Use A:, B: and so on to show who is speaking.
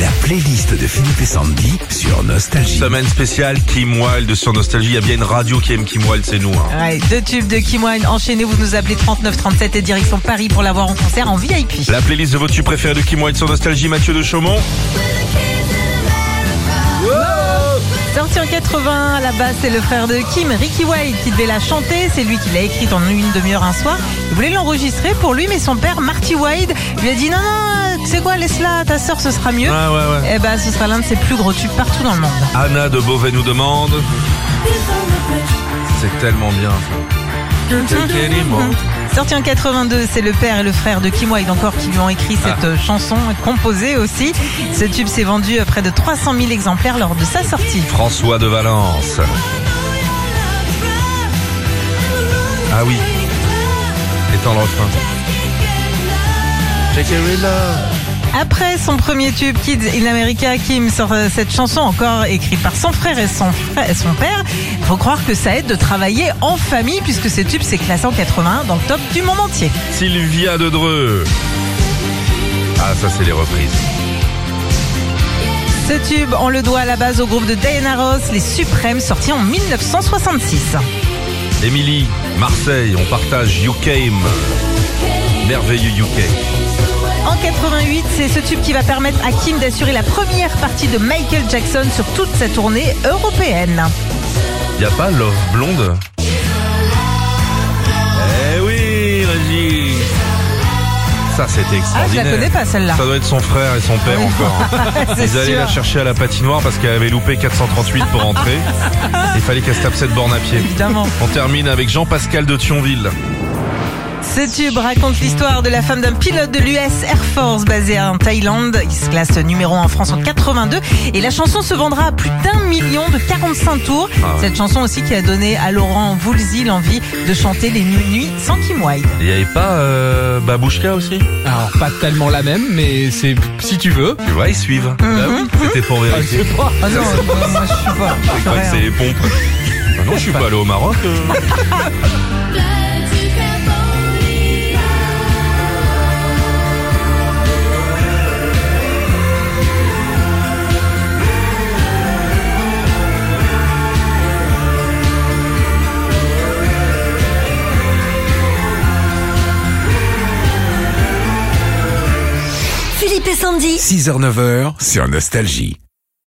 A: La playlist de Philippe et Sandy sur Nostalgie.
B: Semaine spéciale Kim Wilde sur Nostalgie. Il y a bien une radio qui aime Kim Wilde, c'est nous. hein.
C: Ouais, deux tubes de Kim Wine enchaînés, vous nous appelez 3937 et direction Paris pour l'avoir en concert en VIP.
B: La playlist de vos tubes préférés de Kim Wilde sur Nostalgie, Mathieu de Chaumont.
C: Sorti en 80, à la base c'est le frère de Kim, Ricky Wilde, qui devait la chanter. C'est lui qui l'a écrite en une demi-heure un soir. Il voulait l'enregistrer pour lui, mais son père, Marty Wilde, lui a dit non, non, tu sais quoi, laisse-la, ta sœur, ce sera mieux.
B: Ah ouais, ouais.
C: Et bah, ce sera l'un de ses plus gros tubes partout dans le monde.
B: Anna de Beauvais nous demande. C'est tellement bien.
C: Sorti en 82, c'est le père et le frère de Kim Wilde encore qui lui ont écrit cette euh, chanson, composée aussi. Ce tube s'est vendu à près de 300 000 exemplaires lors de sa sortie.
B: François de Valence. Ah oui. Étant le refrain.
C: Après son premier tube Kids in America, Kim sort euh, cette chanson encore écrite par son frère et son, frère et son père. Faut croire que ça aide de travailler en famille puisque ce tube s'est classé en 81 dans le top du monde entier.
B: Sylvia de Dreux. Ah, ça, c'est les reprises.
C: Ce tube, on le doit à la base au groupe de Diana Ross, les Suprêmes, sorti en 1966.
B: Émilie, Marseille, on partage You Came. Merveilleux UK.
C: En 88, c'est ce tube qui va permettre à Kim d'assurer la première partie de Michael Jackson sur toute sa tournée européenne.
B: Y a pas Love Blonde Eh oui, Régis Ça, c'était
C: Ah, je
B: extraordinaire.
C: la connais pas celle-là. Ah
B: Ça doit être son frère et son père
C: Oui.
B: encore.
C: C'est
B: Ils allaient
C: sûr.
B: la chercher à la patinoire parce qu'elle avait loupé 438 pour entrer. Il fallait qu'elle se tape cette borne à pied.
C: Évidemment.
B: On termine avec Jean-Pascal de Thionville.
C: Ce tube raconte l'histoire de la femme d'un pilote de l'US Air Force basé en Thaïlande. Il se classe numéro 1 en France en 82 et la chanson se vendra à plus d'un million de 45 tours.
B: Ah ouais.
C: Cette chanson aussi qui a donné à Laurent Voulzy l'envie de chanter les nuits nuits sans Kim Wilde.
B: Il n'y avait pas euh, Babouchka aussi
D: Alors pas tellement la même, mais c'est si tu veux. Mhm.
B: Tu vois, ils suivent. Bah C'était pour
D: Ah, je
B: vérifier.
D: sais pas.
C: Ah non, moi je suis pas.
B: Je crois que c'est les pompes. Ah non, je suis pas allé au Maroc. euh.
E: Philippe et Sandy.
A: 6h-9h sur Nostalgie.